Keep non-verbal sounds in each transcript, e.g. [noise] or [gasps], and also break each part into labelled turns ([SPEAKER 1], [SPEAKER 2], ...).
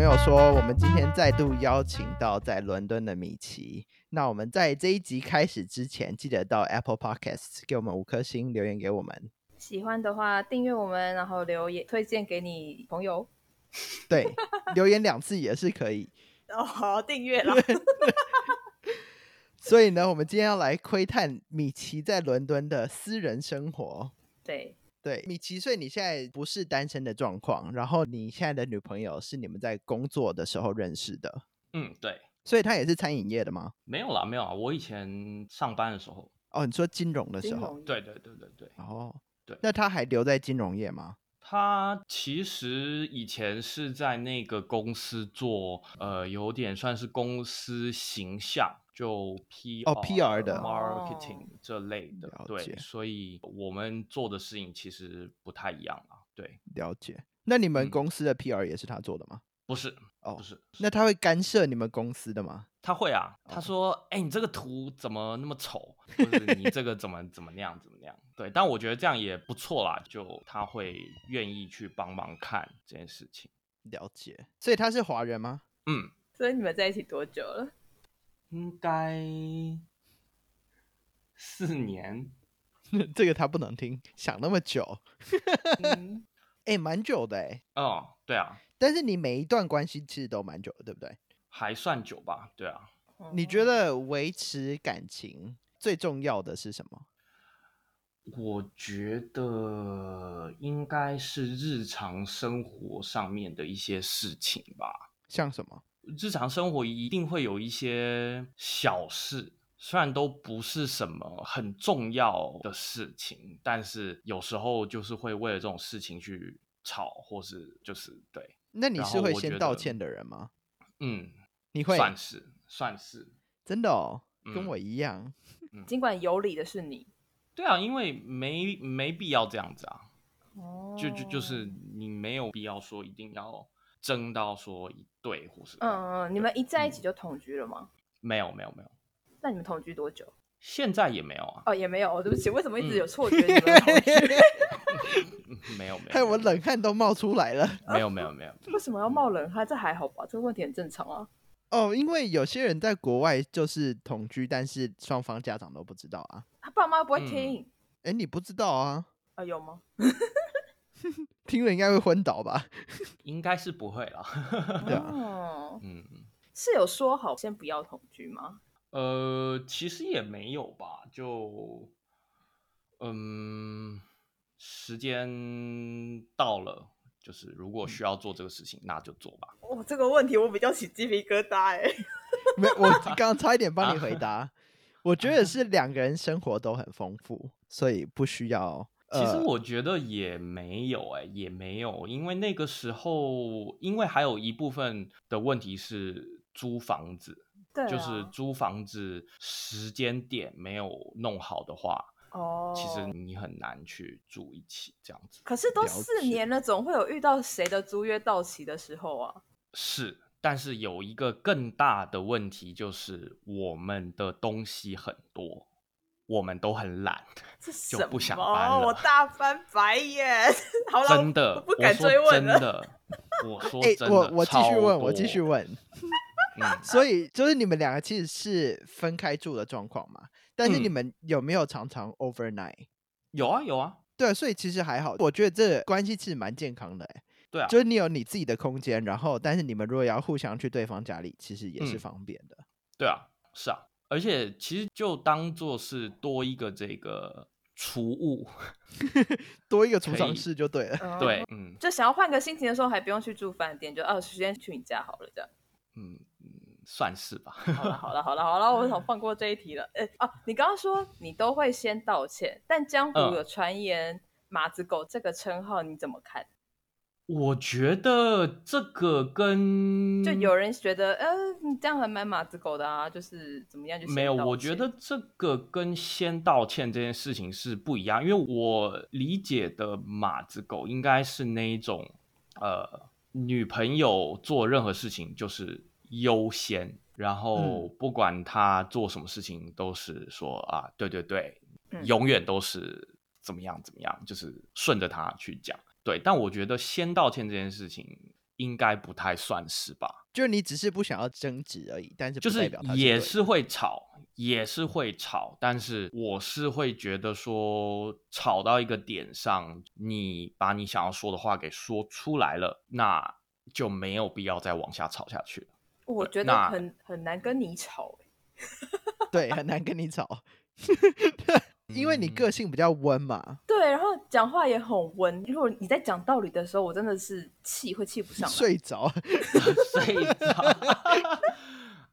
[SPEAKER 1] 友说，我们今天再度邀请到在伦敦的米奇。那我们在这一集开始之前，记得到 Apple Podcasts 给我们五颗星留言给我们。
[SPEAKER 2] 喜欢的话订阅我们，然后留言推荐给你朋友。
[SPEAKER 1] 对，留言两次也是可以。
[SPEAKER 2] 哦，好，订阅了。
[SPEAKER 1] 所以呢，我们今天要来窥探米奇在伦敦的私人生活。
[SPEAKER 2] [laughs] 对，
[SPEAKER 1] 对，米奇，所以你现在不是单身的状况，然后你现在的女朋友是你们在工作的时候认识的，
[SPEAKER 3] 嗯，对，
[SPEAKER 1] 所以她也是餐饮业的吗？
[SPEAKER 3] 没有啦，没有啊，我以前上班的时候，
[SPEAKER 1] 哦，你说金融的时
[SPEAKER 2] 金
[SPEAKER 1] 候，
[SPEAKER 2] 融
[SPEAKER 3] 对对对对对，
[SPEAKER 1] 哦，
[SPEAKER 3] 对
[SPEAKER 1] 那她还留在金融业吗？
[SPEAKER 3] 他其实以前是在那个公司做，呃，有点算是公司形象，就 P
[SPEAKER 1] 哦，PR 的
[SPEAKER 3] marketing 这类的，
[SPEAKER 1] 了解
[SPEAKER 3] 对，所以我们做的事情其实不太一样啊，对，
[SPEAKER 1] 了解。那你们
[SPEAKER 3] 嗯
[SPEAKER 1] 公司的 PR 也是她做的吗？
[SPEAKER 3] 不是，
[SPEAKER 1] 哦
[SPEAKER 3] 不是，
[SPEAKER 1] 那她会干涉你们公司的吗？
[SPEAKER 3] 他会啊，他说：“哎、你这个图怎么那么丑？或者你这个怎么怎么那样怎么那样？”对，但我觉得这样也不错啦，就他会愿意去帮忙看这件事情。
[SPEAKER 1] 了解。所以她是华人吗？ [laughs]
[SPEAKER 3] 嗯，
[SPEAKER 2] 所以你们在一起多久了？
[SPEAKER 3] 应该四年，
[SPEAKER 1] 这个她不能听，想那么久，
[SPEAKER 2] 嗯，
[SPEAKER 1] 哎，蛮久的哎。
[SPEAKER 3] [laughs] 哦，对啊，
[SPEAKER 1] 但是你每一段关系其实都蛮久的，对不对？
[SPEAKER 3] 还算久吧，对啊。
[SPEAKER 1] 你觉得维持感情最重要的是什么？
[SPEAKER 3] 我觉得应该是日常生活上面的一些事情吧。
[SPEAKER 1] 像什么？
[SPEAKER 3] 日常生活一定会有一些小事，虽然都不是什么很重要的事情，但是有时候就是会为了这种事情去吵，或是就是对，
[SPEAKER 1] 那你
[SPEAKER 3] 然
[SPEAKER 1] 是
[SPEAKER 3] 后
[SPEAKER 1] 会
[SPEAKER 3] 我
[SPEAKER 1] 先
[SPEAKER 3] 觉
[SPEAKER 1] 道
[SPEAKER 3] 得
[SPEAKER 1] 歉的人吗？
[SPEAKER 3] 嗯，
[SPEAKER 1] 你会
[SPEAKER 3] 算是算是，
[SPEAKER 1] 真的哦，跟
[SPEAKER 3] 嗯
[SPEAKER 1] 我一
[SPEAKER 3] [laughs]
[SPEAKER 1] 样。 [laughs]
[SPEAKER 2] 尽管有理的是你，
[SPEAKER 3] 对啊，因为没没必要这样子啊，
[SPEAKER 2] 哦
[SPEAKER 3] 就就就是你没有必要说一定要争到说一对或是
[SPEAKER 2] 嗯嗯，嗯你们一在一起就同居了吗？
[SPEAKER 3] 没有没有没有，
[SPEAKER 2] 那你们同居多久？
[SPEAKER 3] 现在也没有啊，
[SPEAKER 2] 哦，也没有，哦对不起，为什么一直
[SPEAKER 3] 嗯
[SPEAKER 2] 有错觉你们同居？ [laughs]
[SPEAKER 3] 没
[SPEAKER 1] [laughs]
[SPEAKER 3] 有没有，
[SPEAKER 1] 害我
[SPEAKER 3] 没有
[SPEAKER 1] 冷汗都冒出来了
[SPEAKER 3] 没有没有没有，
[SPEAKER 2] 为什么要冒冷汗？这还好吧，这个问题很正常啊。
[SPEAKER 1] 哦，因为有些人在国外就是同居，但是双方家长都不知道啊。
[SPEAKER 2] 他爸妈不会
[SPEAKER 3] 嗯
[SPEAKER 2] 听
[SPEAKER 1] 哎，你不知道啊，
[SPEAKER 2] 啊？有
[SPEAKER 3] [laughs]
[SPEAKER 2] 吗？
[SPEAKER 1] 听了应该会昏倒吧？ [laughs]
[SPEAKER 3] 应该是不会啦。
[SPEAKER 1] 对啊
[SPEAKER 2] 哦，
[SPEAKER 3] 嗯，
[SPEAKER 2] 是有说好先不要同居吗？
[SPEAKER 3] 呃，其实也没有吧，就嗯，时间到了，就是如果
[SPEAKER 2] 嗯
[SPEAKER 3] 需要做这个事情，那就做吧。
[SPEAKER 2] 哦，这个问题我比较起鸡皮疙瘩哎、
[SPEAKER 1] 没，我
[SPEAKER 3] [laughs]
[SPEAKER 1] 刚刚差一点帮你回答。我觉
[SPEAKER 3] 啊
[SPEAKER 1] 得是两个人生活都很丰富，所以不需要。
[SPEAKER 3] 其实
[SPEAKER 1] 呃
[SPEAKER 3] 我觉得也没有、哎，也没有，因为那个时候，因为还有一部分的问题是租房子，
[SPEAKER 2] 对、啊，
[SPEAKER 3] 就是租房子时间点没有弄好的话，
[SPEAKER 2] 哦，
[SPEAKER 3] 其实你很难去住一起这样子。
[SPEAKER 2] 可是都
[SPEAKER 1] 了
[SPEAKER 2] 四
[SPEAKER 1] 解
[SPEAKER 2] 年了，总会有遇到谁的租约到期的时候啊？
[SPEAKER 3] 是，但是有一个更大的问题就是我们的东西很多，我们都很懒，
[SPEAKER 2] 这
[SPEAKER 3] 就
[SPEAKER 2] 什
[SPEAKER 3] 不想
[SPEAKER 2] 么
[SPEAKER 3] 搬了
[SPEAKER 2] 我大翻白眼。 [laughs] 好了，我
[SPEAKER 3] 真的，
[SPEAKER 2] 我
[SPEAKER 3] 我
[SPEAKER 2] 不敢追
[SPEAKER 3] 说
[SPEAKER 2] 问
[SPEAKER 3] 真
[SPEAKER 2] 了。
[SPEAKER 3] 的，我说
[SPEAKER 1] 哎、
[SPEAKER 3] 真的，
[SPEAKER 1] 我我继续
[SPEAKER 3] 超
[SPEAKER 1] 问，我
[SPEAKER 3] 多
[SPEAKER 1] 继续，问。
[SPEAKER 3] 嗯，
[SPEAKER 1] 所以就是你们两个其实是分开住的状况嘛，但是你
[SPEAKER 3] 嗯
[SPEAKER 1] 们有没有常常 overnight？、
[SPEAKER 3] 有啊有啊，
[SPEAKER 1] 对，所以其实还好，我觉得这个关系其实蛮健康的、欸，
[SPEAKER 3] 对啊，
[SPEAKER 1] 就是你有你自己的空间，然后但是你们如果要互相去对方家里，其实也是
[SPEAKER 3] 嗯
[SPEAKER 1] 方便的。
[SPEAKER 3] 对啊，是啊，而且其实就当做是多一个这个储物，
[SPEAKER 1] 多一个储
[SPEAKER 3] 可
[SPEAKER 1] 藏
[SPEAKER 3] 以
[SPEAKER 1] 室就对了。
[SPEAKER 2] 嗯，
[SPEAKER 3] 对，嗯
[SPEAKER 2] 就想要换个心情的时候，还不用去住饭店，就啊，时间去你家好了，这样。
[SPEAKER 3] 嗯嗯，算是吧，
[SPEAKER 2] 好了，好了，好了，好了，我
[SPEAKER 3] [laughs]
[SPEAKER 2] 想放过这一题了。哎、啊，你刚刚说你都会先道歉，但江湖
[SPEAKER 3] 嗯
[SPEAKER 2] 有传言“马子狗”这个称号，你怎么看？
[SPEAKER 3] 我觉得这个跟
[SPEAKER 2] 就有人觉得，呃，你这样很蛮马子狗的啊，就是怎么样就先
[SPEAKER 3] 没有，
[SPEAKER 2] 道
[SPEAKER 3] 我觉
[SPEAKER 2] 歉
[SPEAKER 3] 得这个跟先道歉这件事情是不一样，因为我理解的马子狗应该是那一种，呃，女朋友做任何事情就是优先，然后
[SPEAKER 2] 嗯
[SPEAKER 3] 不管她做什么事情都是说啊，对对对，
[SPEAKER 2] 嗯
[SPEAKER 3] 永远都是怎么样怎么样，就是顺着她去讲。对，但我觉得先道歉这件事情应该不太算是吧？
[SPEAKER 1] 就你只是不想要争执而已，但是
[SPEAKER 3] 就
[SPEAKER 1] 不代
[SPEAKER 3] 是
[SPEAKER 1] 表他
[SPEAKER 3] 也
[SPEAKER 1] 对
[SPEAKER 3] 是会吵，也是会吵，但是我是会觉得说，吵到一个点上，你把你想要说的话给说出来了，那就没有必要再往下吵下去了。
[SPEAKER 2] 我觉得
[SPEAKER 3] 呃那
[SPEAKER 2] 很很难跟你吵、欸
[SPEAKER 1] 的对很难跟你
[SPEAKER 3] [laughs]
[SPEAKER 1] 吵，因为你个
[SPEAKER 3] 嗯
[SPEAKER 1] 性比较温嘛，
[SPEAKER 2] 对，然后讲话也很温。如果你在讲道理的时候，我真的是气会气不上来。
[SPEAKER 1] 睡着
[SPEAKER 3] 睡着。 [laughs]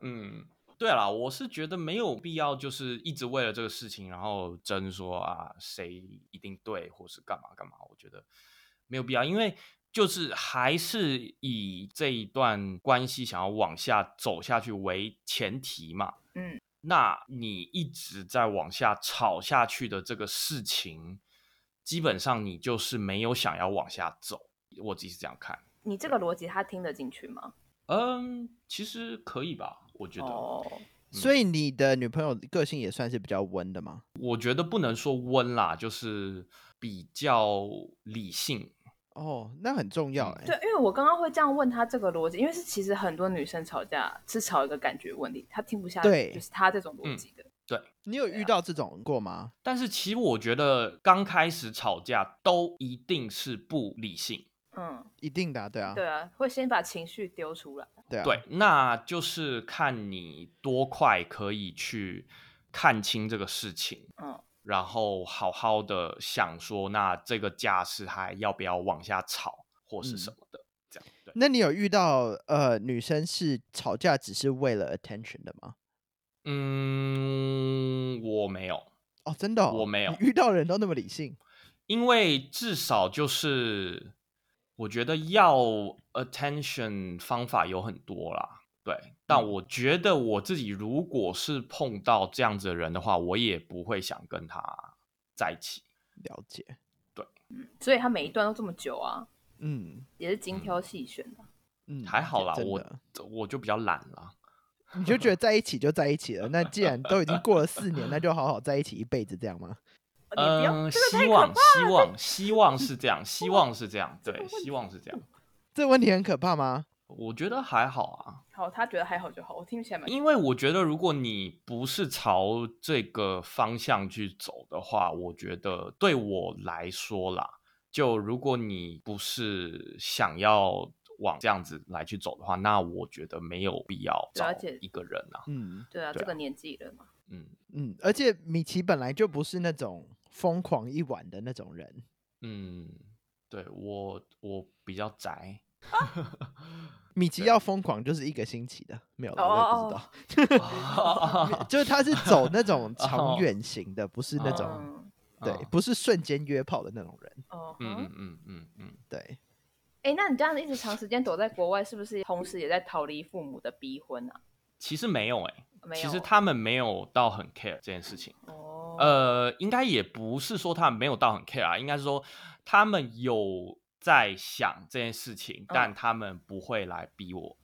[SPEAKER 3] 嗯，对啦，我是觉得没有必要，就是一直为了这个事情，然后争说啊谁一定对，或是干嘛干嘛。我觉得没有必要，因为就是还是以这一段关系想要往下走下去为前提嘛。
[SPEAKER 2] 嗯，
[SPEAKER 3] 那你一直在往下吵下去的这个事情，基本上你就是没有想要往下走。我自己是这样看。
[SPEAKER 2] 你这个逻辑他听得进去吗？
[SPEAKER 3] 嗯，其实可以吧，我觉得，
[SPEAKER 2] 哦，
[SPEAKER 3] 嗯
[SPEAKER 1] 所以你的女朋友个性也算是比较温的嘛？
[SPEAKER 3] 我觉得不能说温啦，就是比较理性。
[SPEAKER 1] 哦，那很重要
[SPEAKER 3] 嗯
[SPEAKER 1] 哎、
[SPEAKER 2] 对，因为我刚刚会这样问他这个逻辑，因为是其实很多女生吵架是吵一个感觉问题，她听不下去，
[SPEAKER 1] 对
[SPEAKER 2] 就是他这
[SPEAKER 3] 嗯
[SPEAKER 2] 种逻辑的。
[SPEAKER 1] 你
[SPEAKER 3] 啊
[SPEAKER 1] 有遇到这种过吗？
[SPEAKER 3] 但是其实我觉得刚开始吵架都一定是不理性，
[SPEAKER 2] 嗯，
[SPEAKER 1] 一定的啊、对啊，
[SPEAKER 2] 对啊，会先把情绪丢出来。
[SPEAKER 1] 对啊，
[SPEAKER 3] 对，那就是看你多快可以去看清这个事情，
[SPEAKER 2] 嗯，
[SPEAKER 3] 然后好好的想说，那这个架势还要不要往下吵，或是什么的，这样对。
[SPEAKER 1] 那你有遇到呃女生是吵架只是为了 attention 的吗？
[SPEAKER 3] 嗯，我没有。
[SPEAKER 1] 哦，真的哦、
[SPEAKER 3] 我没有
[SPEAKER 1] 你遇到的人都那么理性，
[SPEAKER 3] 因为至少就是，我觉得要 attention 方法有很多啦，对。但
[SPEAKER 2] 嗯
[SPEAKER 3] 我觉得我自己如果是碰到这样子的人的话，我也不会想跟他在一起。
[SPEAKER 1] 了解，
[SPEAKER 2] 所以他每一段都这么久啊，
[SPEAKER 1] 嗯
[SPEAKER 2] 也是精挑细选啊的、
[SPEAKER 1] 嗯，
[SPEAKER 3] 还好啦，
[SPEAKER 1] 真
[SPEAKER 3] 我
[SPEAKER 1] 的
[SPEAKER 3] 我就比较懒啦。 [laughs]
[SPEAKER 1] 你就觉得在一起就在一起了。那既然都已经过了四年，那就好好在一起一辈子，这样吗？
[SPEAKER 2] 哦你不要、
[SPEAKER 3] 嗯，
[SPEAKER 2] 这个
[SPEAKER 3] 希
[SPEAKER 2] 太可
[SPEAKER 3] 望
[SPEAKER 2] 怕。
[SPEAKER 3] 希望希望是这
[SPEAKER 2] [laughs]
[SPEAKER 3] 样，希望是这样，对，希望是这样。
[SPEAKER 1] 这问题很可怕吗？
[SPEAKER 3] 我觉得还好啊，
[SPEAKER 2] 好，他觉得还好就好，我听起来蛮。
[SPEAKER 3] 因为我觉得，如果你不是朝这个方向去走的话，我觉得对我来说啦，就如果你不是想要往这样子来去走的话，那我觉得没有必要找
[SPEAKER 2] 了解
[SPEAKER 3] 一个人啊。
[SPEAKER 1] 嗯
[SPEAKER 2] 对啊，
[SPEAKER 3] 对啊
[SPEAKER 2] 这个年纪了嘛，
[SPEAKER 3] 嗯
[SPEAKER 1] 嗯，而且米奇本来就不是那种疯狂一晚的那种人，
[SPEAKER 3] 嗯，对我我比较宅，
[SPEAKER 1] 米奇要疯狂就是一个星期的，没
[SPEAKER 2] 哦
[SPEAKER 1] 有啦，我也不知道。 [laughs] 就是他是走那种
[SPEAKER 3] 哦
[SPEAKER 1] 长远型的，不是那种、
[SPEAKER 2] 嗯，
[SPEAKER 1] 对
[SPEAKER 3] 嗯，
[SPEAKER 1] 不是瞬间约炮的那种人。
[SPEAKER 2] 哦，
[SPEAKER 3] 嗯
[SPEAKER 2] 嗯，
[SPEAKER 3] 嗯嗯嗯
[SPEAKER 1] 对，
[SPEAKER 2] 哎、那你这样子一直长时间躲在国外，是不是同时也在逃离父母的逼婚啊？
[SPEAKER 3] 其实没有哎、
[SPEAKER 2] 没有，
[SPEAKER 3] 其实他们没有到很 care 这件事情。
[SPEAKER 2] 哦，
[SPEAKER 3] 呃，应该也不是说他们没有到很 care 啊，应该是说他们有在想这件事情，
[SPEAKER 1] 嗯
[SPEAKER 3] 但他们不会来逼我。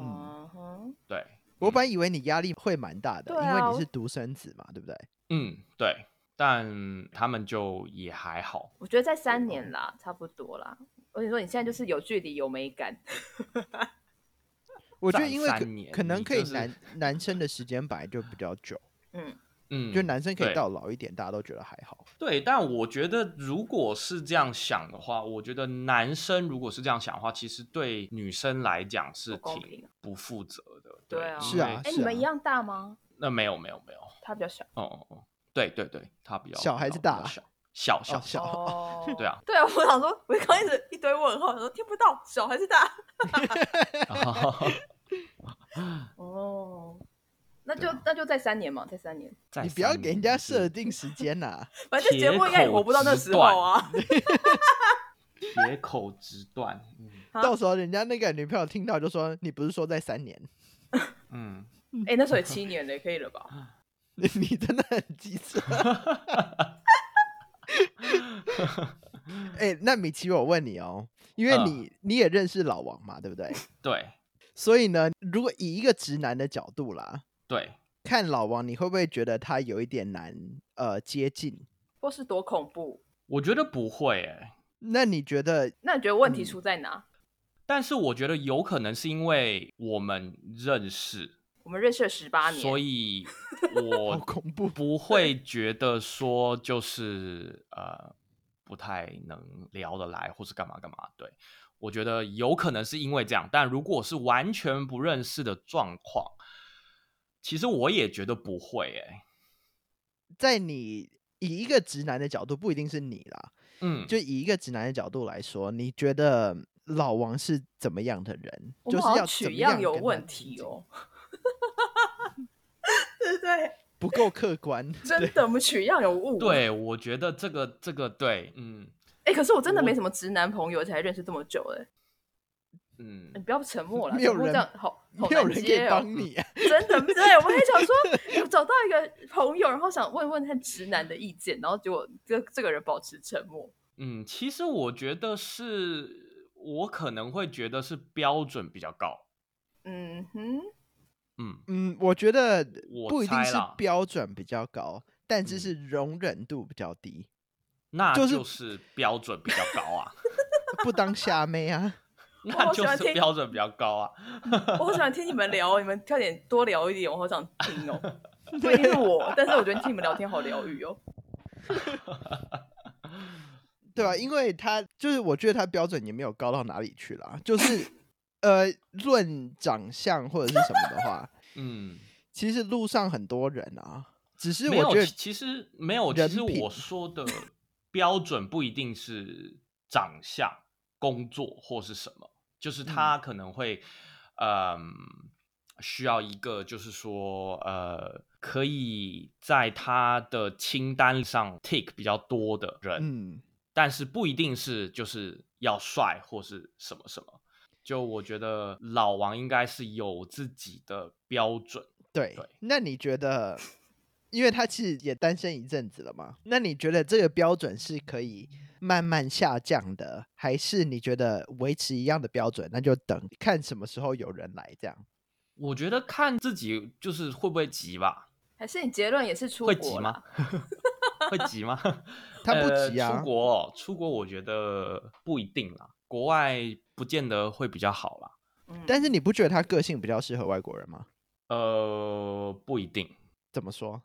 [SPEAKER 2] 嗯哼，
[SPEAKER 3] 对，
[SPEAKER 1] 我本来以为你压力会蛮大的，
[SPEAKER 2] 对
[SPEAKER 1] 因
[SPEAKER 2] 啊
[SPEAKER 1] 为你是独生子嘛，对不对？
[SPEAKER 3] 嗯，对，但他们就也还好。
[SPEAKER 2] 我觉得在三年啦，差不多啦。我跟你说，你现在就是有距离，有美感。
[SPEAKER 1] 我觉得
[SPEAKER 3] 占
[SPEAKER 1] 因为
[SPEAKER 3] 三
[SPEAKER 1] 可
[SPEAKER 3] 年
[SPEAKER 1] 可能
[SPEAKER 3] 你
[SPEAKER 1] 可
[SPEAKER 3] 就
[SPEAKER 1] 以
[SPEAKER 3] 是
[SPEAKER 1] 男、男生的时间本来就比较久，
[SPEAKER 2] 嗯，
[SPEAKER 3] 嗯，
[SPEAKER 1] 就男生可以
[SPEAKER 3] 对
[SPEAKER 1] 到老一点，大家都觉得还好。
[SPEAKER 3] 对，但我觉得如果是这样想的话，我觉得男生如果是这样想的话，其实对女生来讲是
[SPEAKER 2] 不公
[SPEAKER 3] 挺
[SPEAKER 2] 平
[SPEAKER 3] 不负责的。
[SPEAKER 2] 对
[SPEAKER 3] 对
[SPEAKER 2] 啊
[SPEAKER 1] 是啊
[SPEAKER 3] 因为
[SPEAKER 2] 哎、你
[SPEAKER 1] 是啊
[SPEAKER 2] 们一样大吗？
[SPEAKER 3] 那没有没有没有，
[SPEAKER 2] 他比较小。
[SPEAKER 3] 哦哦哦，对对对，他比较
[SPEAKER 1] 小还是
[SPEAKER 3] 比较
[SPEAKER 1] 大啊
[SPEAKER 3] 小小小
[SPEAKER 1] 哦小
[SPEAKER 2] 哦
[SPEAKER 3] 对啊，
[SPEAKER 2] [laughs] 对啊，我想说，我刚一直一堆问号，想说听不到，小还是大？
[SPEAKER 3] [laughs]
[SPEAKER 2] 哦，那就那就再三年嘛，再三年，
[SPEAKER 3] 再
[SPEAKER 1] 你不要
[SPEAKER 3] 三
[SPEAKER 1] 给人
[SPEAKER 3] 年
[SPEAKER 1] 家
[SPEAKER 3] 是
[SPEAKER 1] 设定时间呐、
[SPEAKER 3] [laughs]
[SPEAKER 2] 反正这节目应该也活不到那时候啊。
[SPEAKER 3] 铁口直断。
[SPEAKER 1] 嗯
[SPEAKER 2] 啊
[SPEAKER 1] 到时候人家那个女朋友听到就说：“你不是说在三年？ [laughs]
[SPEAKER 3] 嗯，
[SPEAKER 2] [laughs] 哎、那时候也七年了，可以了吧？
[SPEAKER 1] 你你真的很机车。 [laughs] 哎、那米奇，我问你哦，因为
[SPEAKER 3] 嗯
[SPEAKER 1] 你、你也认识老王嘛，对不对？
[SPEAKER 3] 对
[SPEAKER 1] 所以呢，如果以一个直男的角度啦，
[SPEAKER 3] 对，
[SPEAKER 1] 看老王，你会不会觉得他有一点难呃接近？
[SPEAKER 2] 或是多恐怖？
[SPEAKER 3] 我觉得不会诶、欸
[SPEAKER 1] 那你觉得
[SPEAKER 2] 嗯那你觉得问题出在哪？
[SPEAKER 3] 但是我觉得有可能是因为我们认识，
[SPEAKER 2] 我们认识了十八年，
[SPEAKER 3] 所以
[SPEAKER 1] 好
[SPEAKER 3] 我
[SPEAKER 1] 恐怖。
[SPEAKER 3] 不会觉得说就是呃不太能聊得来，或是干嘛干嘛。对我觉得有可能是因为这样，但如果是完全不认识的状况，其实我也觉得不会、欸。哎，
[SPEAKER 1] 在你以一个直男的角度，不一定是你啦，
[SPEAKER 3] 嗯，
[SPEAKER 1] 就以一个直男的角度来说，你觉得老王是怎么样的人？
[SPEAKER 2] 我
[SPEAKER 1] 就
[SPEAKER 2] 们
[SPEAKER 1] 是要
[SPEAKER 2] 好像
[SPEAKER 1] 怎
[SPEAKER 2] 取
[SPEAKER 1] 么
[SPEAKER 2] 样
[SPEAKER 1] 样
[SPEAKER 2] 有
[SPEAKER 1] 跟他亲
[SPEAKER 2] 问题
[SPEAKER 1] 近， [laughs]
[SPEAKER 2] 哦，对不对？
[SPEAKER 1] 不够客
[SPEAKER 2] [laughs]
[SPEAKER 1] 观。
[SPEAKER 2] 真
[SPEAKER 1] 对
[SPEAKER 2] 的，我们取样有误。，
[SPEAKER 3] 对，我觉得这个这个对，嗯
[SPEAKER 2] 哎、可是我真的
[SPEAKER 3] 我
[SPEAKER 2] 没什么直男朋友，而且还认识这么久哎、
[SPEAKER 3] 嗯
[SPEAKER 2] 你，不要沉默了，
[SPEAKER 1] 没有
[SPEAKER 2] 沉默
[SPEAKER 1] 人
[SPEAKER 2] 这样好好
[SPEAKER 1] 没有
[SPEAKER 2] 难
[SPEAKER 1] 人可
[SPEAKER 2] 接
[SPEAKER 1] 以
[SPEAKER 2] 哦
[SPEAKER 1] 帮 [laughs]
[SPEAKER 2] [laughs]
[SPEAKER 1] 你、啊，
[SPEAKER 2] 真的，对我也想说，找到一个朋友，然后想问问他直男的意见，然后结果这这个人保持沉默。
[SPEAKER 3] 嗯，其实我觉得是，我可能会觉得是标准比较高。
[SPEAKER 2] 嗯哼，
[SPEAKER 3] 嗯，
[SPEAKER 1] 嗯，我觉得
[SPEAKER 3] 我
[SPEAKER 1] 不一定
[SPEAKER 3] 猜
[SPEAKER 1] 是
[SPEAKER 3] 啦
[SPEAKER 1] 标准比较高，但就
[SPEAKER 3] 嗯
[SPEAKER 1] 是容忍度比较低，
[SPEAKER 3] 那
[SPEAKER 1] 就
[SPEAKER 3] 就是是标准比较
[SPEAKER 2] [laughs]
[SPEAKER 3] 高啊，
[SPEAKER 1] 不当虾妹啊。
[SPEAKER 2] 哦我
[SPEAKER 3] 那
[SPEAKER 2] 好
[SPEAKER 3] 就
[SPEAKER 2] 喜欢
[SPEAKER 3] 是
[SPEAKER 2] 听
[SPEAKER 3] 标准比较高啊。
[SPEAKER 2] 我好喜欢听你们聊，你们快点多聊一点，我好想听哦。
[SPEAKER 1] [laughs]
[SPEAKER 2] 不一定是我，但是我觉得听你们聊天好疗愈哦。
[SPEAKER 1] 对吧？因为他就是，我觉得他标准也没有高到哪里去啦。
[SPEAKER 2] [laughs]
[SPEAKER 1] 就是，呃，论长相或者是什么的话，
[SPEAKER 3] 嗯，
[SPEAKER 1] 其实路上很多人啊，只是
[SPEAKER 3] 没
[SPEAKER 1] 我
[SPEAKER 3] 有，
[SPEAKER 1] 觉
[SPEAKER 3] 其
[SPEAKER 1] 得
[SPEAKER 3] 其实没有，其
[SPEAKER 1] 人
[SPEAKER 3] 实
[SPEAKER 1] 品
[SPEAKER 3] 我说的标准不一定是长相、工作或是什么，就是他可能会，嗯，需要一个就是说，呃，可以在他的清单上 tick 比较多的人，
[SPEAKER 1] 嗯，
[SPEAKER 3] 但是不一定是就是要帅或是什么什么。就我觉得老王应该是有自己的标准，
[SPEAKER 1] 对。
[SPEAKER 3] 对
[SPEAKER 1] 那你觉
[SPEAKER 2] [laughs]
[SPEAKER 1] 得，因为他其实也单身一阵子了嘛，那你觉得这个标准是可以慢慢下降的，还是你觉得维持一样的标准，那就等看什么时候有人来这样？
[SPEAKER 3] 我觉得看自己就是会不会急吧，
[SPEAKER 2] 还是你结论也是出
[SPEAKER 3] 会急
[SPEAKER 2] 国
[SPEAKER 3] 吗
[SPEAKER 2] 啦？？
[SPEAKER 3] [laughs] 会急吗？
[SPEAKER 1] [laughs] 他不
[SPEAKER 3] 呃
[SPEAKER 1] 急啊
[SPEAKER 3] 出国哦、出国我觉得不一定啦，国外不见得会比较好啦。
[SPEAKER 2] 嗯，
[SPEAKER 1] 但是你不觉得他个性比较适合外国人吗？
[SPEAKER 3] 呃，不一定。
[SPEAKER 1] 怎么说？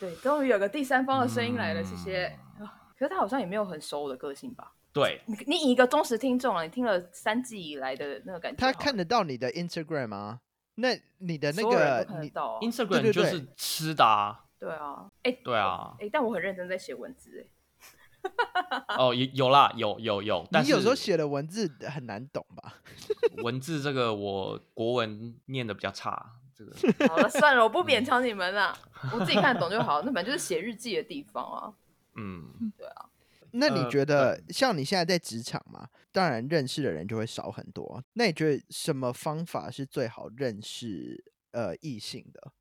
[SPEAKER 2] 对，终于有个第三方的声音来了，
[SPEAKER 3] 嗯
[SPEAKER 2] 谢谢。啊可是他好像也没有很熟我的个性吧？
[SPEAKER 3] 对，
[SPEAKER 2] 你你以一个忠实听众啊，你听了三季以来的那个感觉好
[SPEAKER 1] 他
[SPEAKER 2] 了，
[SPEAKER 1] 看得到你的 Instagram 啊？那你的那
[SPEAKER 2] 所有人
[SPEAKER 1] 个
[SPEAKER 2] 都看得
[SPEAKER 1] 你
[SPEAKER 2] 到啊。
[SPEAKER 1] 对对
[SPEAKER 3] Instagram 就
[SPEAKER 1] 哦对
[SPEAKER 3] 是吃的啊，
[SPEAKER 2] 对啊，哎、
[SPEAKER 1] [laughs]
[SPEAKER 3] 对啊
[SPEAKER 2] 哎、，但我很认真在写文字，哎，
[SPEAKER 3] 哦，有有啦，有有有，但
[SPEAKER 1] 你有时候
[SPEAKER 3] 是
[SPEAKER 1] 写的文字很难懂吧？
[SPEAKER 3] 文字这个我国文念的比较差，这个
[SPEAKER 2] 好了，算了，我不勉强你们了，我自己看得懂就好。那本来就是写日记的地方啊。
[SPEAKER 3] 嗯，
[SPEAKER 1] 那你
[SPEAKER 3] 呃
[SPEAKER 1] 觉得像你现在在职场嘛，当然认识的人就会少很多。那你觉得什么方法是最好认识呃异性的？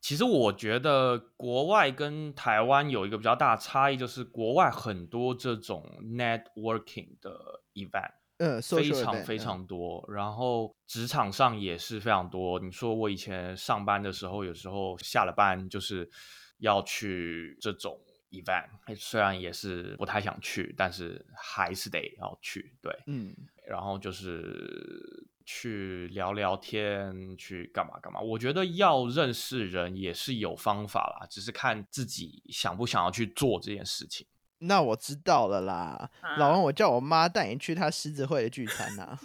[SPEAKER 3] 其实我觉得国外跟台湾有一个比较大的差异，就是国外很多这种 networking 的 event。
[SPEAKER 1] 呃，
[SPEAKER 3] 非
[SPEAKER 1] social
[SPEAKER 3] 常
[SPEAKER 1] event，
[SPEAKER 3] 非
[SPEAKER 1] 嗯
[SPEAKER 3] 常多，然后职场上也是非常多。你说我以前上班的时候，有时候下了班就是要去这种 event，虽然也是不太想去，但是还是得要去。对，
[SPEAKER 1] 嗯，
[SPEAKER 3] 然后就是去聊聊天，去干嘛干嘛。我觉得要认识人也是有方法啦，只是看自己想不想要去做这件事情。
[SPEAKER 1] 那我知道了啦。
[SPEAKER 3] 啊
[SPEAKER 2] 啊
[SPEAKER 1] 老王，我叫我妈带你去她狮子会的聚餐呐、啊，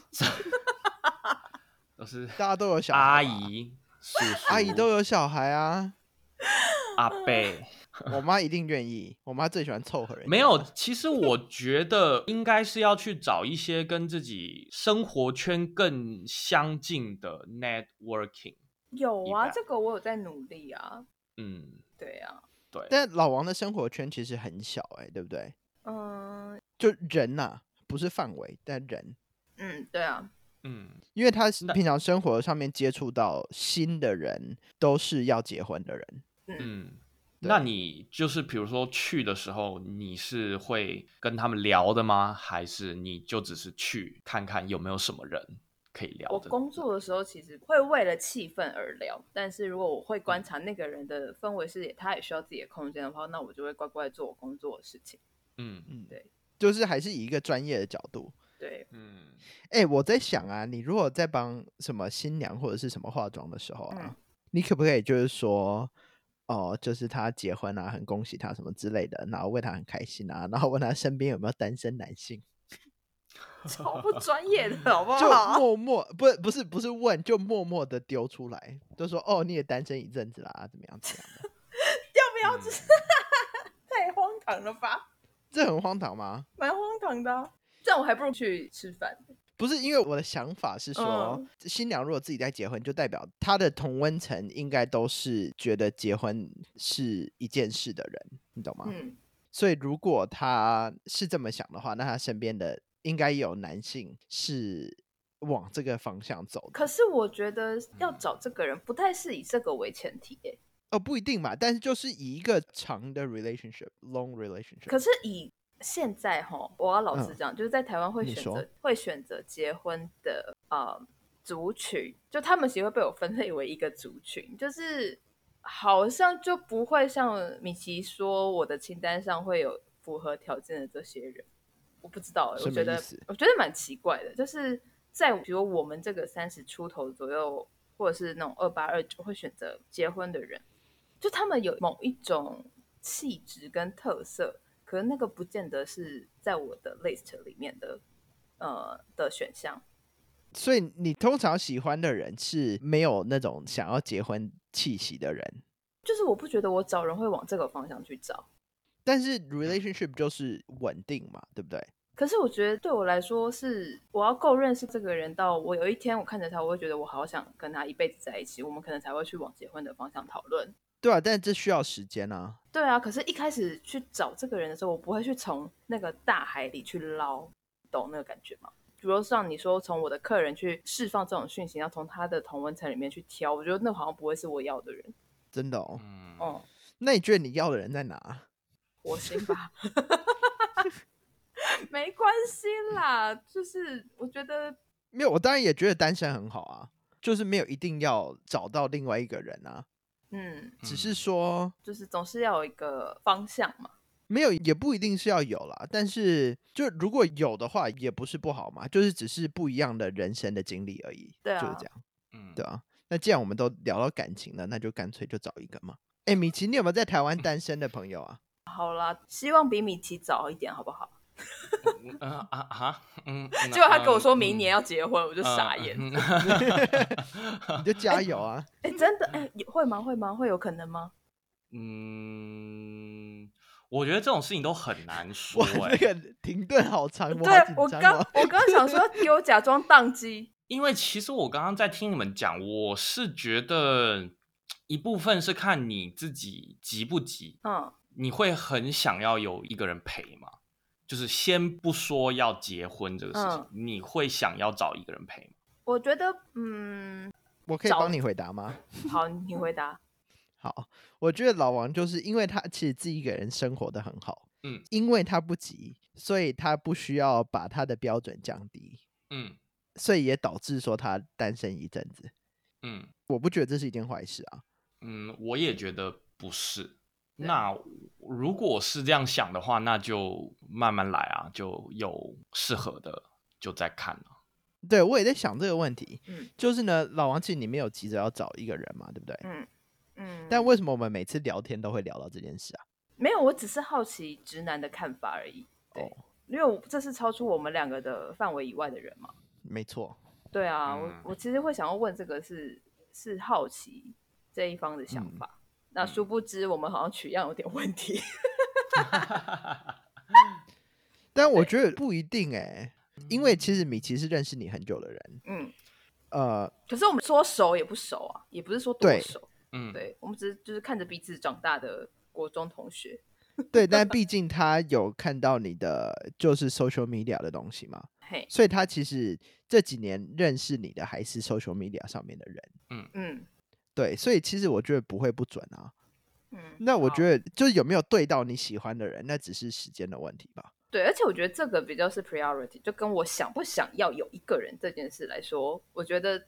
[SPEAKER 3] 就是
[SPEAKER 1] 大家都有小孩
[SPEAKER 3] 阿
[SPEAKER 1] 吧，
[SPEAKER 3] 姨、叔叔、
[SPEAKER 1] 阿姨都有小孩
[SPEAKER 3] [laughs]
[SPEAKER 1] 啊，
[SPEAKER 3] 阿贝。
[SPEAKER 1] 我妈一定愿意，我妈最喜欢凑合人家。
[SPEAKER 3] 没有，其实我觉得应该是要去找一些跟自己生活圈更相近的 networking。
[SPEAKER 2] 有啊，
[SPEAKER 3] 一百
[SPEAKER 2] 这个我有在努力啊。
[SPEAKER 3] 嗯，
[SPEAKER 2] 对啊，
[SPEAKER 3] 对，
[SPEAKER 1] 但老王的生活圈其实很小、欸，哎，对不对？
[SPEAKER 2] 嗯
[SPEAKER 1] 就人呐、不是范围，但人，
[SPEAKER 2] 嗯，对啊，
[SPEAKER 3] 嗯，
[SPEAKER 1] 因为他是
[SPEAKER 3] 那
[SPEAKER 1] 平常生活上面接触到新的人，都是要结婚的人。
[SPEAKER 3] 嗯，
[SPEAKER 1] 对
[SPEAKER 3] 那你就是比如说去的时候，你是会跟他们聊的吗？还是你就只是去看看有没有什么人可以聊
[SPEAKER 2] 我
[SPEAKER 3] 的？
[SPEAKER 2] 工作的时候其实会为了气氛而聊，但是如果我会
[SPEAKER 1] 嗯
[SPEAKER 2] 观察那个人的氛围是也，他也需要自己的空间的话，那我就会乖乖做我工作的事情。
[SPEAKER 3] 嗯
[SPEAKER 1] 嗯，
[SPEAKER 2] 对，
[SPEAKER 1] 就是还是以一个专业的角度。 [laughs]
[SPEAKER 2] 对， [laughs]
[SPEAKER 3] 嗯，
[SPEAKER 1] 哎、哎、我在想啊，你如果在帮什么新娘或者是什么化妆的时候啊，
[SPEAKER 2] 嗯
[SPEAKER 1] 你可不可以就是说，哦，就是她结婚啊，很恭喜她什么之类的，然后为她很开心啊，然后问她身边有没有单身男性，
[SPEAKER 2] 超不专业的，好不
[SPEAKER 1] 就
[SPEAKER 2] 哦好？
[SPEAKER 1] 默默不不是不是问，就默默的丢出来，就说哦，你也单身一阵子啦，怎么样怎么样的，
[SPEAKER 2] [laughs] 要
[SPEAKER 1] 嗯
[SPEAKER 2] 不要？这是太荒唐了吧，
[SPEAKER 1] 这很荒唐吗？
[SPEAKER 2] 蛮荒唐的啊、这样我还不如去吃饭。
[SPEAKER 1] 不是因为我的想法是说，
[SPEAKER 2] 嗯
[SPEAKER 1] 新娘如果自己在结婚，就代表她的同温层应该都是觉得结婚是一件事的人，你懂吗？
[SPEAKER 2] 嗯，
[SPEAKER 1] 所以如果她是这么想的话，那她身边的应该有男性是往这个方向走的。
[SPEAKER 2] 可是我觉得要
[SPEAKER 1] 嗯
[SPEAKER 2] 找这个人，不太是以这个为前提耶、
[SPEAKER 1] 哦，不一定嘛，但是就是以一个长的 relationship，long relationship。
[SPEAKER 2] 可是以现在哈，我要老实讲，就是在台湾会
[SPEAKER 1] 嗯你
[SPEAKER 2] 选
[SPEAKER 1] 说
[SPEAKER 2] 择会选择结婚的呃族群，就他们其实会被我分类为一个族群，就是好像就不会像米奇说我的清单上会有符合条件的这些人，我不知道欸、
[SPEAKER 1] 什
[SPEAKER 2] 我
[SPEAKER 1] 么
[SPEAKER 2] 觉
[SPEAKER 1] 意
[SPEAKER 2] 得
[SPEAKER 1] 思
[SPEAKER 2] 我觉得蛮奇怪的，就是在比如我们这个三十出头左右，或者是那种二八二九会选择结婚的人，就他们有某一种气质跟特色，可是那个不见得是在我的 list 里面的呃的选项。
[SPEAKER 1] 所以你通常喜欢的人是没有那种想要结婚气息的人，
[SPEAKER 2] 就是我不觉得我找人会往这个方向去找，
[SPEAKER 1] 但是
[SPEAKER 2] 嗯
[SPEAKER 1] relationship 就是稳定嘛，对不对？
[SPEAKER 2] 可是我觉得对我来说是我要够认识这个人，到我有一天我看着他，我会觉得我好想跟他一辈子在一起，我们可能才会去往结婚的方向讨论。
[SPEAKER 1] 对啊，但这需要时间啊。
[SPEAKER 2] 对啊，可是一开始去找这个人的时候，我不会去从那个大海里去捞，懂那个感觉吗？比如像你说，从我的客人去释放这种讯息，要从他的同文层里面去挑，我觉得那好像不会是我要的人。
[SPEAKER 1] 真的哦，
[SPEAKER 3] 嗯，
[SPEAKER 2] 哦、
[SPEAKER 1] 那你觉得你要的人在哪？啊
[SPEAKER 2] 火星
[SPEAKER 1] [laughs]
[SPEAKER 2] 吧，没关系啦，就是我觉得
[SPEAKER 1] 没有，我当然也觉得单身很好啊，就是没有一定要找到另外一个人啊，
[SPEAKER 2] 嗯，
[SPEAKER 1] 只是说
[SPEAKER 2] 就是总是要有一个方向嘛。
[SPEAKER 1] 没有也不一定是要有啦，但是就如果有的话，也不是不好嘛，就是只是不一样的人生的经历而已，
[SPEAKER 2] 对
[SPEAKER 1] 就是
[SPEAKER 2] 啊
[SPEAKER 1] 这样，
[SPEAKER 3] 嗯，
[SPEAKER 1] 对啊。那既然我们都聊到感情了，那就干脆就找一个嘛。哎，米奇，你有没有在台湾单身的朋友啊？
[SPEAKER 2] 好啦，希望比米奇早一点，好不好？
[SPEAKER 3] 嗯啊啊哈，嗯，
[SPEAKER 2] [laughs] 结果他跟我说明年
[SPEAKER 3] 要
[SPEAKER 2] 要结婚，我就
[SPEAKER 1] 嗯
[SPEAKER 2] 傻眼。
[SPEAKER 3] 嗯
[SPEAKER 1] 你
[SPEAKER 2] [laughs]
[SPEAKER 1] 就加油啊！
[SPEAKER 2] 哎、真的，哎、有会吗？会吗？会有可能吗？
[SPEAKER 3] 嗯，我觉得这种事情都
[SPEAKER 1] [laughs]
[SPEAKER 3] 很难说、
[SPEAKER 1] 哇，
[SPEAKER 3] 欸，
[SPEAKER 1] 那个停顿好长，哎我好
[SPEAKER 2] 对
[SPEAKER 1] 紧
[SPEAKER 2] 我
[SPEAKER 1] 张
[SPEAKER 2] 刚
[SPEAKER 1] 哦。
[SPEAKER 2] 我刚
[SPEAKER 1] [laughs]
[SPEAKER 2] 想说给我假装宕机，
[SPEAKER 3] 因为其实我刚刚在听你们讲，我是觉得一部分是看你自己急不急，
[SPEAKER 2] 嗯，
[SPEAKER 3] 你会很想要有一个人陪吗？就是先不说要结婚这个事情，
[SPEAKER 1] 嗯
[SPEAKER 3] 你会想要找一个人陪吗？
[SPEAKER 2] 我觉得，嗯，
[SPEAKER 1] 我可以
[SPEAKER 2] 找
[SPEAKER 1] 帮你回答吗？
[SPEAKER 2] 好，你回答，
[SPEAKER 1] 好，我觉得老王就是因为他其实自己一个人生活的很好，
[SPEAKER 3] 嗯，
[SPEAKER 1] 因为他不急，所以他不需要把他的标准降低，
[SPEAKER 3] 嗯
[SPEAKER 1] 所以也导致说他单身一阵子。
[SPEAKER 3] 嗯
[SPEAKER 1] 我不觉得这是一件坏事啊。
[SPEAKER 3] 嗯，我也觉得不是。
[SPEAKER 2] 对
[SPEAKER 3] 那如果是这样想的话，那就慢慢来啊，就有适合的就再看了。
[SPEAKER 1] 对我也在想这个问题，
[SPEAKER 2] 嗯
[SPEAKER 1] 就是呢，老王其实你没有急着要找一个人嘛，对不对？
[SPEAKER 2] 嗯嗯，
[SPEAKER 1] 但为什么我们每次聊天都会聊到这件事啊？
[SPEAKER 2] 没有，我只是好奇直男的看法而已。对，
[SPEAKER 1] 哦
[SPEAKER 2] 因为我这是超出我们两个的范围以外的人嘛。
[SPEAKER 1] 没错，
[SPEAKER 2] 对啊，
[SPEAKER 3] 嗯
[SPEAKER 2] 我我其实会想要问这个是是好奇这一方的想
[SPEAKER 1] 嗯
[SPEAKER 2] 法。那殊不知，我们好像取样有点问题。 [laughs]
[SPEAKER 1] 但我
[SPEAKER 2] 对
[SPEAKER 1] 觉得不一定哎、因为其实米奇是认识你很久的人，
[SPEAKER 2] 嗯，
[SPEAKER 1] 呃，
[SPEAKER 2] 可是我们说熟也不熟啊，也不是说多
[SPEAKER 1] 对
[SPEAKER 2] 熟。
[SPEAKER 3] 嗯，
[SPEAKER 2] 对，我们只是就是看着彼此长大的国中同学。
[SPEAKER 1] 对，但毕竟他有看到你的就是 social media 的东西嘛，
[SPEAKER 2] 嘿，
[SPEAKER 1] 所以他其实这几年认识你的还是 social media 上面的人，
[SPEAKER 2] 嗯
[SPEAKER 1] 对，所以其实我觉得不会不准啊。
[SPEAKER 2] 嗯。
[SPEAKER 1] 那我
[SPEAKER 2] 好
[SPEAKER 1] 觉得就是有没有对到你喜欢的人，那只是时间的问题吧。
[SPEAKER 2] 对，而且我觉得这个比较是 priority，就跟我想不想要有一个人这件事来说，我觉得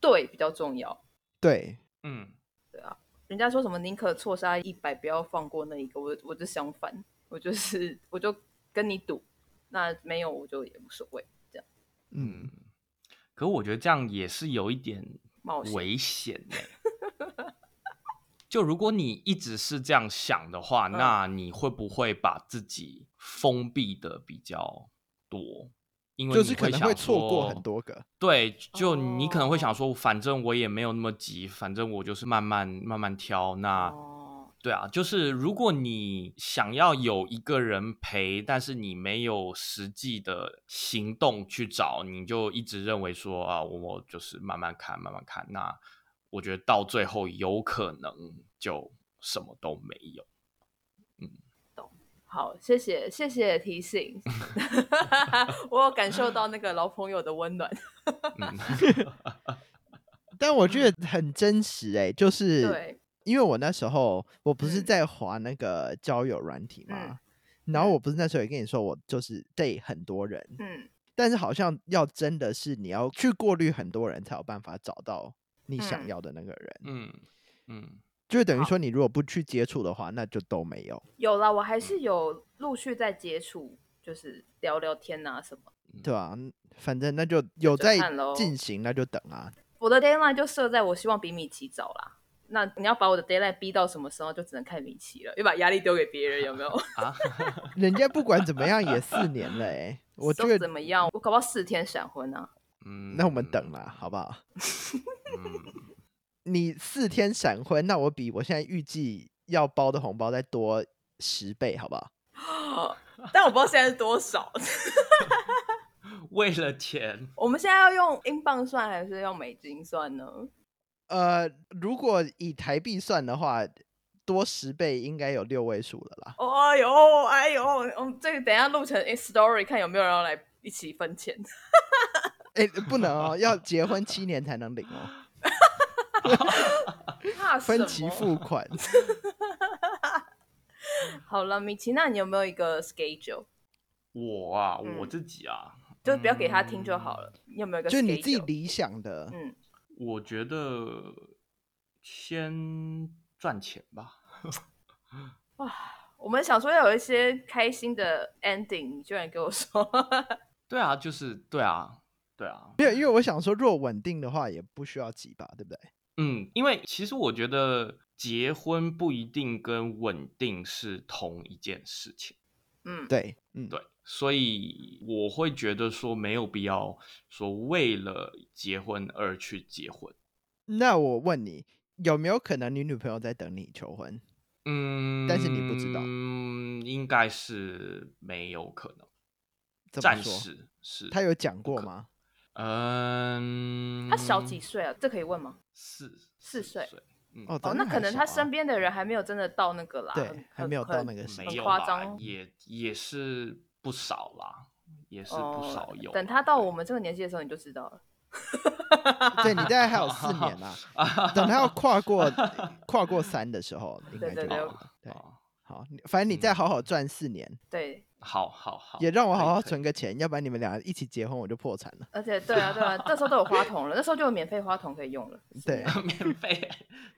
[SPEAKER 2] 对比较重要。
[SPEAKER 1] 对，
[SPEAKER 3] 嗯
[SPEAKER 2] 人家说什么宁可错杀一百，不要放过那一个，我我就相反，我就是我就跟你赌，那没有我就也无所谓。
[SPEAKER 1] 嗯，
[SPEAKER 3] 可我觉得这样也是有一点
[SPEAKER 2] 冒险
[SPEAKER 3] 危
[SPEAKER 2] [laughs]
[SPEAKER 3] 险呢、就如果你一直是这样想的话，
[SPEAKER 2] 嗯
[SPEAKER 3] 那你会不会把自己封闭的比较多？因为
[SPEAKER 1] 就
[SPEAKER 3] 你
[SPEAKER 1] 是可能
[SPEAKER 3] 想
[SPEAKER 1] 会错过
[SPEAKER 3] 说
[SPEAKER 1] 很多个。
[SPEAKER 3] 对，就你可能会
[SPEAKER 2] 哦
[SPEAKER 3] 想说，反正我也没有那么急，反正我就是慢慢慢慢挑。那
[SPEAKER 2] 哦，
[SPEAKER 3] 对啊，就是如果你想要有一个人陪，但是你没有实际的行动去找，你就一直认为说啊，我就是慢慢看，慢慢看。那我觉得到最后有可能就什么都没有。
[SPEAKER 2] 好，谢谢谢谢提醒， [laughs] 我有感受到那个老朋友的温暖。
[SPEAKER 3] 嗯 [laughs]
[SPEAKER 1] 但我觉得很真实哎、就是
[SPEAKER 2] 对，
[SPEAKER 1] 因为我那时候我不是
[SPEAKER 2] 嗯
[SPEAKER 1] 在滑那个交友软体嘛，
[SPEAKER 3] 嗯
[SPEAKER 1] 然后我不是那时候也跟你说我就是对很多人，
[SPEAKER 2] 嗯，
[SPEAKER 1] 但是好像要真的是你要去过滤很多人才有办法找到你想
[SPEAKER 2] 嗯
[SPEAKER 1] 要的那个人，
[SPEAKER 3] 嗯嗯
[SPEAKER 1] 就等于
[SPEAKER 2] 好
[SPEAKER 1] 说你如果不去接触的话，那就都没有。
[SPEAKER 2] 有啦，我还是有陆续在接触，就是聊聊天啊什么。
[SPEAKER 1] 对吧、嗯反正那就有
[SPEAKER 2] 就
[SPEAKER 1] 在
[SPEAKER 2] 看咯
[SPEAKER 1] 进行，那就等啊。
[SPEAKER 2] 我的 deadline 就设在我希望比米奇早啦。那你要把我的 deadline 逼到什么时候，就只能看米奇了，又把压力丢给别人，有没有？
[SPEAKER 3] 啊，
[SPEAKER 1] 人家不管怎么样也四年了哎、我
[SPEAKER 2] 说
[SPEAKER 1] 觉
[SPEAKER 2] 怎
[SPEAKER 1] 得
[SPEAKER 2] 么样？我搞不好四天闪婚啊！
[SPEAKER 1] [laughs]
[SPEAKER 3] 嗯
[SPEAKER 1] 那我们等啦，好不好？
[SPEAKER 3] 嗯
[SPEAKER 1] 你四天闪婚，那我比我现在预计要包的红包再多十倍，好不好？
[SPEAKER 2] [gasps] 但我不知道现在是多少。
[SPEAKER 3] 为了钱，
[SPEAKER 2] [laughs] 我们现在要用英镑算还是用美金算呢？
[SPEAKER 1] 呃，如果以台币算的话，多十倍应该有六位数了啦。
[SPEAKER 2] [laughs] 哦哎呦，哎呦，嗯，这个等一下录成 story 看有没有人要来一起分钱。 [laughs]
[SPEAKER 1] 哎、不能哦，要结婚七年才能领哦，
[SPEAKER 2] 怕什
[SPEAKER 1] 分
[SPEAKER 2] 么
[SPEAKER 1] 期付款。
[SPEAKER 2] 好了，米奇，那你有没有一个 schedule？
[SPEAKER 3] 我啊，
[SPEAKER 2] 嗯
[SPEAKER 3] 我自己啊，
[SPEAKER 2] 就不要给他听就好
[SPEAKER 3] 嗯
[SPEAKER 2] 了。你有没有一个 schedule？
[SPEAKER 1] 就你自己理想的，
[SPEAKER 2] 嗯，
[SPEAKER 3] 我觉得先赚钱吧。
[SPEAKER 2] 我们想说要有一些开心的 ending，你居然给我说 [laughs]
[SPEAKER 3] 对啊，就是对啊，对啊，
[SPEAKER 1] 没有，因为我想说，若稳定的话，也不需要急吧，对不对？
[SPEAKER 3] 嗯，因为其实我觉得结婚不一定跟稳定是同一件事情，
[SPEAKER 2] 嗯，
[SPEAKER 1] 对，嗯，
[SPEAKER 3] 对，所以我会觉得说没有必要说为了结婚而去结婚。
[SPEAKER 1] 那我问你，有没有可能你女朋友在等你求婚？
[SPEAKER 3] 嗯，
[SPEAKER 1] 但是你不知道
[SPEAKER 3] 嗯，应该是没有可能，
[SPEAKER 1] 怎么
[SPEAKER 3] 暂
[SPEAKER 1] 说？
[SPEAKER 3] 时是。
[SPEAKER 1] 她有讲过吗？
[SPEAKER 3] 嗯，
[SPEAKER 2] 他小几岁啊？这可以问吗？
[SPEAKER 3] 四
[SPEAKER 2] 四岁
[SPEAKER 3] 嗯
[SPEAKER 1] 哦
[SPEAKER 2] 哦，
[SPEAKER 1] 真的
[SPEAKER 2] 那可
[SPEAKER 1] 还
[SPEAKER 2] 能
[SPEAKER 1] 小
[SPEAKER 2] 他
[SPEAKER 1] 啊
[SPEAKER 2] 身边的人还没有真的到那个啦，
[SPEAKER 1] 对
[SPEAKER 2] 很，
[SPEAKER 1] 还没有到那
[SPEAKER 2] 个
[SPEAKER 1] 个时
[SPEAKER 3] 没
[SPEAKER 1] 候。
[SPEAKER 3] 有
[SPEAKER 2] 夸
[SPEAKER 3] 啦
[SPEAKER 2] 张
[SPEAKER 3] 也也是不少啦，也是
[SPEAKER 2] 哦
[SPEAKER 3] 不少有啦、
[SPEAKER 2] 等他到
[SPEAKER 3] 对
[SPEAKER 2] 我们这个年纪的时候，你就知道了。
[SPEAKER 1] 对你大概还有
[SPEAKER 3] [laughs]
[SPEAKER 1] 四年啦，等她要跨过跨过三的时候，应
[SPEAKER 2] 对
[SPEAKER 1] 该就
[SPEAKER 2] 对
[SPEAKER 1] 有
[SPEAKER 2] 对
[SPEAKER 1] 了。对，
[SPEAKER 3] 哦
[SPEAKER 1] 好，你反正你再好好赚四年，
[SPEAKER 2] 对，
[SPEAKER 3] 好好嗯好，
[SPEAKER 1] 也让我
[SPEAKER 3] 可以
[SPEAKER 1] 好好
[SPEAKER 3] 可以
[SPEAKER 1] 存个钱，要不然你们俩一起结婚我就破产了。
[SPEAKER 2] 而且对啊对啊，那时候都有花筒了，那时候就有免费花筒可以用了，
[SPEAKER 1] 对
[SPEAKER 3] [laughs]
[SPEAKER 1] [laughs]
[SPEAKER 3] 免费，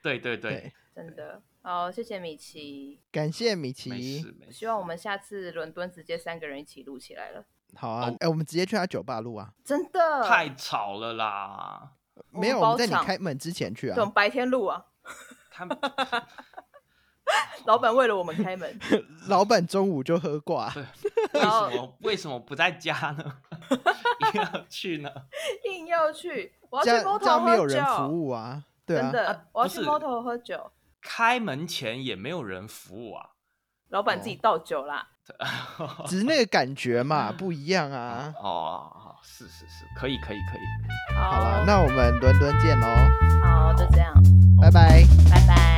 [SPEAKER 3] 对对对，
[SPEAKER 1] 对，
[SPEAKER 2] 真的。好，谢谢米奇，
[SPEAKER 1] 感谢米
[SPEAKER 3] 没事
[SPEAKER 1] 奇。
[SPEAKER 3] 没事。
[SPEAKER 2] 希望我们下次伦敦直接三个人一起录起来了，
[SPEAKER 1] 好啊
[SPEAKER 3] 哦，
[SPEAKER 1] 哎，我们直接去他酒吧录啊。
[SPEAKER 2] 真的。
[SPEAKER 3] 太吵了啦，
[SPEAKER 1] 没有，
[SPEAKER 2] 我
[SPEAKER 1] 我
[SPEAKER 2] 们包
[SPEAKER 1] 们在你
[SPEAKER 2] 场
[SPEAKER 1] 开门之前去
[SPEAKER 2] 这
[SPEAKER 1] 啊。
[SPEAKER 2] 种白天录啊，[laughs]
[SPEAKER 3] 他们
[SPEAKER 2] 老板为了我们开门，
[SPEAKER 1] [laughs] 老板中午就喝挂，
[SPEAKER 3] 为
[SPEAKER 2] 然后
[SPEAKER 3] 什么为什么不在家呢？ [laughs] 要去呢？
[SPEAKER 2] 硬要去，我要
[SPEAKER 1] 这
[SPEAKER 2] 去
[SPEAKER 1] 样
[SPEAKER 2] 摸
[SPEAKER 1] 这样
[SPEAKER 2] 头
[SPEAKER 1] 没有
[SPEAKER 2] 喝
[SPEAKER 1] 人
[SPEAKER 2] 酒。
[SPEAKER 1] 服务啊，对啊
[SPEAKER 2] 真，的，
[SPEAKER 3] 啊
[SPEAKER 2] 我要
[SPEAKER 3] 不
[SPEAKER 2] 去
[SPEAKER 3] 是
[SPEAKER 2] 猫头喝酒，
[SPEAKER 3] 开门前也没有人服务啊。
[SPEAKER 2] 老板自己倒酒啦。
[SPEAKER 1] 只是那个感觉
[SPEAKER 2] [laughs] 嗯
[SPEAKER 1] 嘛不一样啊。
[SPEAKER 3] 哦，是是是，可以可以可以。
[SPEAKER 1] 哦好
[SPEAKER 2] 好
[SPEAKER 1] 了，那我们伦敦见喽，
[SPEAKER 2] 好，就这样，
[SPEAKER 1] 拜拜。
[SPEAKER 2] 拜拜。